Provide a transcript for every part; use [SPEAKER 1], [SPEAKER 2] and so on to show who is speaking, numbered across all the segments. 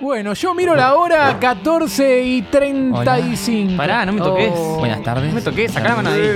[SPEAKER 1] Bueno, yo miro la hora 14 y 35.
[SPEAKER 2] Pará, no me toques.
[SPEAKER 1] Oh.
[SPEAKER 3] Buenas tardes.
[SPEAKER 2] No me toques, sacá la mano de ahí.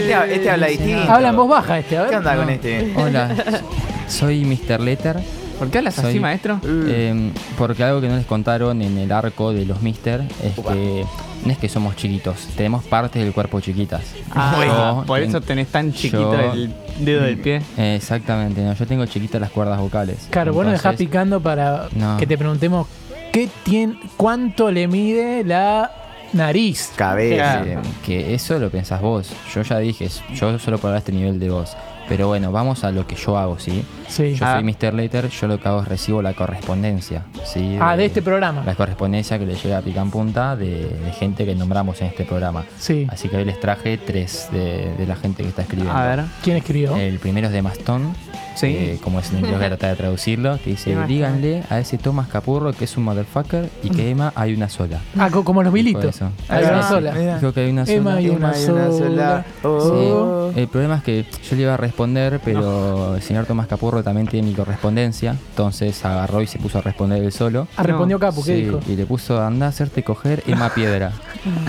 [SPEAKER 4] Este, ha- este habla distinto.
[SPEAKER 1] Habla en voz baja este, a ver.
[SPEAKER 4] ¿Qué onda con este?
[SPEAKER 3] Hola, soy Mr. Letter.
[SPEAKER 2] ¿Por qué hablas así,
[SPEAKER 3] Soy-
[SPEAKER 2] maestro?
[SPEAKER 3] Eh, porque algo que no les contaron en el arco de los Mister es que no es que somos chiquitos, tenemos partes del cuerpo chiquitas.
[SPEAKER 2] Ah,
[SPEAKER 3] Yo
[SPEAKER 2] por eso
[SPEAKER 3] ten-
[SPEAKER 2] tenés tan chiquito
[SPEAKER 3] yo-
[SPEAKER 2] el dedo del pie.
[SPEAKER 3] Eh, exactamente, no, yo tengo chiquitas las cuerdas vocales.
[SPEAKER 1] Claro, vos nos dejás
[SPEAKER 3] Entonces,
[SPEAKER 1] picando para
[SPEAKER 3] No.
[SPEAKER 1] que te preguntemos qué tiene, cuánto le mide la nariz.
[SPEAKER 4] Cabeza.
[SPEAKER 3] eh, que eso lo pensás vos. Yo ya dije, yo solo puedo hablar a este nivel de voz. Pero bueno, vamos a lo que yo hago, ¿sí?
[SPEAKER 1] Sí.
[SPEAKER 3] Yo
[SPEAKER 2] Ah.
[SPEAKER 3] soy Mr. Letter, yo lo que hago es recibo la correspondencia, ¿sí?
[SPEAKER 1] Ah, de este programa.
[SPEAKER 3] La correspondencia que le llega a Pican Punta de, de gente que nombramos en este programa.
[SPEAKER 1] Sí.
[SPEAKER 3] Así que hoy les traje tres de, de la gente que está escribiendo.
[SPEAKER 2] A ver.
[SPEAKER 1] ¿Quién escribió?
[SPEAKER 3] El primero es de Mastón.
[SPEAKER 2] Sí.
[SPEAKER 3] que, como es en inglés, voy a tratar de traducirlo. Que dice:
[SPEAKER 2] De Mastón.
[SPEAKER 3] Díganle a ese Tomás Capurro que es un motherfucker y que Emma hay una sola.
[SPEAKER 1] Ah, co- como los militos.
[SPEAKER 3] eso.
[SPEAKER 1] Hay
[SPEAKER 4] Ahí
[SPEAKER 1] una
[SPEAKER 4] va.
[SPEAKER 1] sola.
[SPEAKER 4] Mira.
[SPEAKER 3] Dijo que hay una
[SPEAKER 1] Emma
[SPEAKER 3] sola.
[SPEAKER 1] hay una
[SPEAKER 4] Una y una
[SPEAKER 1] sola.
[SPEAKER 4] sola. Oh.
[SPEAKER 3] Sí, el problema es que yo le iba a responder, pero el señor Tomás Capurro también tiene mi correspondencia, entonces agarró y se puso a responder él solo.
[SPEAKER 1] Ah, respondió Capu, ¿qué
[SPEAKER 3] Sí,
[SPEAKER 1] dijo?
[SPEAKER 3] Y le puso, anda a hacerte coger Emma Piedra.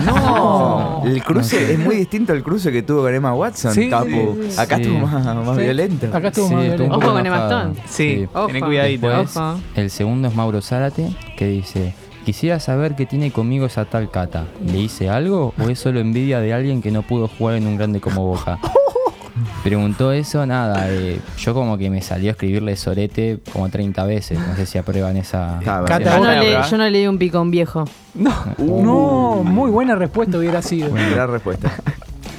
[SPEAKER 4] No. El cruce es muy distinto al cruce que tuvo con Emma Watson,
[SPEAKER 1] Sí,
[SPEAKER 4] Capu.
[SPEAKER 1] sí,
[SPEAKER 3] sí.
[SPEAKER 4] Acá
[SPEAKER 3] Sí.
[SPEAKER 4] estuvo más, más
[SPEAKER 1] Sí.
[SPEAKER 4] violento.
[SPEAKER 1] Acá estuvo
[SPEAKER 3] Sí,
[SPEAKER 1] más
[SPEAKER 3] estuvo un
[SPEAKER 1] violento.
[SPEAKER 3] poco
[SPEAKER 5] Ojo con el
[SPEAKER 3] enojado.
[SPEAKER 5] bastón.
[SPEAKER 2] Sí, tené
[SPEAKER 5] Ojo.
[SPEAKER 2] cuidadito.
[SPEAKER 3] Después,
[SPEAKER 5] Ojo.
[SPEAKER 3] el segundo es Mauro Zárate, que dice, quisiera saber qué tiene conmigo esa tal Cata. ¿Le hice algo o es solo envidia de alguien que no pudo jugar en un grande como Boca? Preguntó eso, nada, eh, yo como que me salió a escribirle sorete como 30 veces, no sé si aprueban esa...
[SPEAKER 4] Está
[SPEAKER 3] esa-
[SPEAKER 4] Cata,
[SPEAKER 5] Yo no,
[SPEAKER 2] Ahora,
[SPEAKER 5] le,
[SPEAKER 2] ¿verdad?
[SPEAKER 5] yo no le di un picón viejo.
[SPEAKER 1] No, muy buena respuesta hubiera sido.
[SPEAKER 4] Gran respuesta.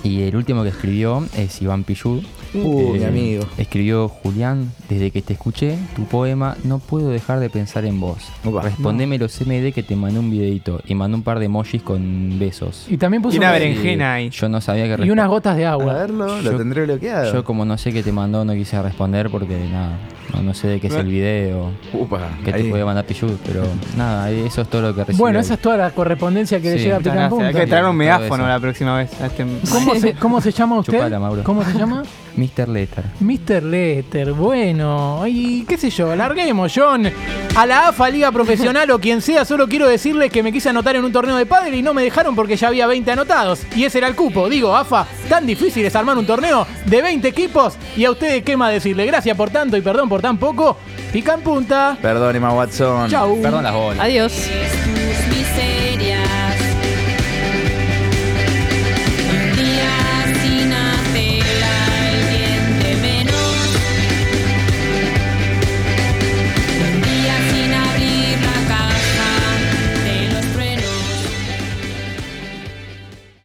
[SPEAKER 3] Y el último que escribió es Iván Pillú. Eh,
[SPEAKER 4] Uh, mi amigo.
[SPEAKER 3] Escribió Julián, desde que te escuché tu poema, no puedo dejar de pensar en vos.
[SPEAKER 4] Upa.
[SPEAKER 3] Respondeme los MD que te mandé un videito y mandé un par de emojis con besos. Eh,
[SPEAKER 1] Y también puso
[SPEAKER 2] Y una
[SPEAKER 1] un-
[SPEAKER 2] berenjena. Jena ahí.
[SPEAKER 3] Yo no sabía que
[SPEAKER 1] y
[SPEAKER 3] respo-
[SPEAKER 1] unas gotas de
[SPEAKER 4] A
[SPEAKER 1] agua.
[SPEAKER 4] verlo, lo
[SPEAKER 3] Yo-
[SPEAKER 4] tendré bloqueado.
[SPEAKER 3] Yo como no sé qué te mandó, no quise responder porque nada, no, no sé de qué es el video,
[SPEAKER 4] Upa,
[SPEAKER 3] que te
[SPEAKER 4] ahí.
[SPEAKER 3] puede mandar Pillú, pero nada, eso es todo lo que recibí.
[SPEAKER 1] Bueno,
[SPEAKER 3] hoy.
[SPEAKER 1] esa es toda la correspondencia que le
[SPEAKER 3] Sí,
[SPEAKER 1] llega a
[SPEAKER 3] muchas
[SPEAKER 1] Pican
[SPEAKER 2] Gracias, Hay
[SPEAKER 1] Punta.
[SPEAKER 2] que traer un
[SPEAKER 3] Todo
[SPEAKER 2] megáfono
[SPEAKER 3] eso.
[SPEAKER 2] la próxima vez. a este-
[SPEAKER 1] ¿Cómo se, ¿Cómo se llama usted?
[SPEAKER 3] Chupala, Mauro.
[SPEAKER 1] ¿Cómo se llama?
[SPEAKER 3] Mr. Letter.
[SPEAKER 1] Mr. Letter, bueno, y qué sé yo, larguemos, John. A la AFA, Liga Profesional o quien sea, solo quiero decirles que me quise anotar en un torneo de pádel y no me dejaron porque ya había 20 anotados. Y ese era el cupo. Digo, AFA, tan difícil es armar un torneo de 20 equipos. Y a ustedes, ¿qué más decirle? Gracias por tanto y perdón por tan poco. Pica en punta.
[SPEAKER 4] Perdón, Emma Watson.
[SPEAKER 1] Chau.
[SPEAKER 3] Perdón las bolas.
[SPEAKER 5] Adiós.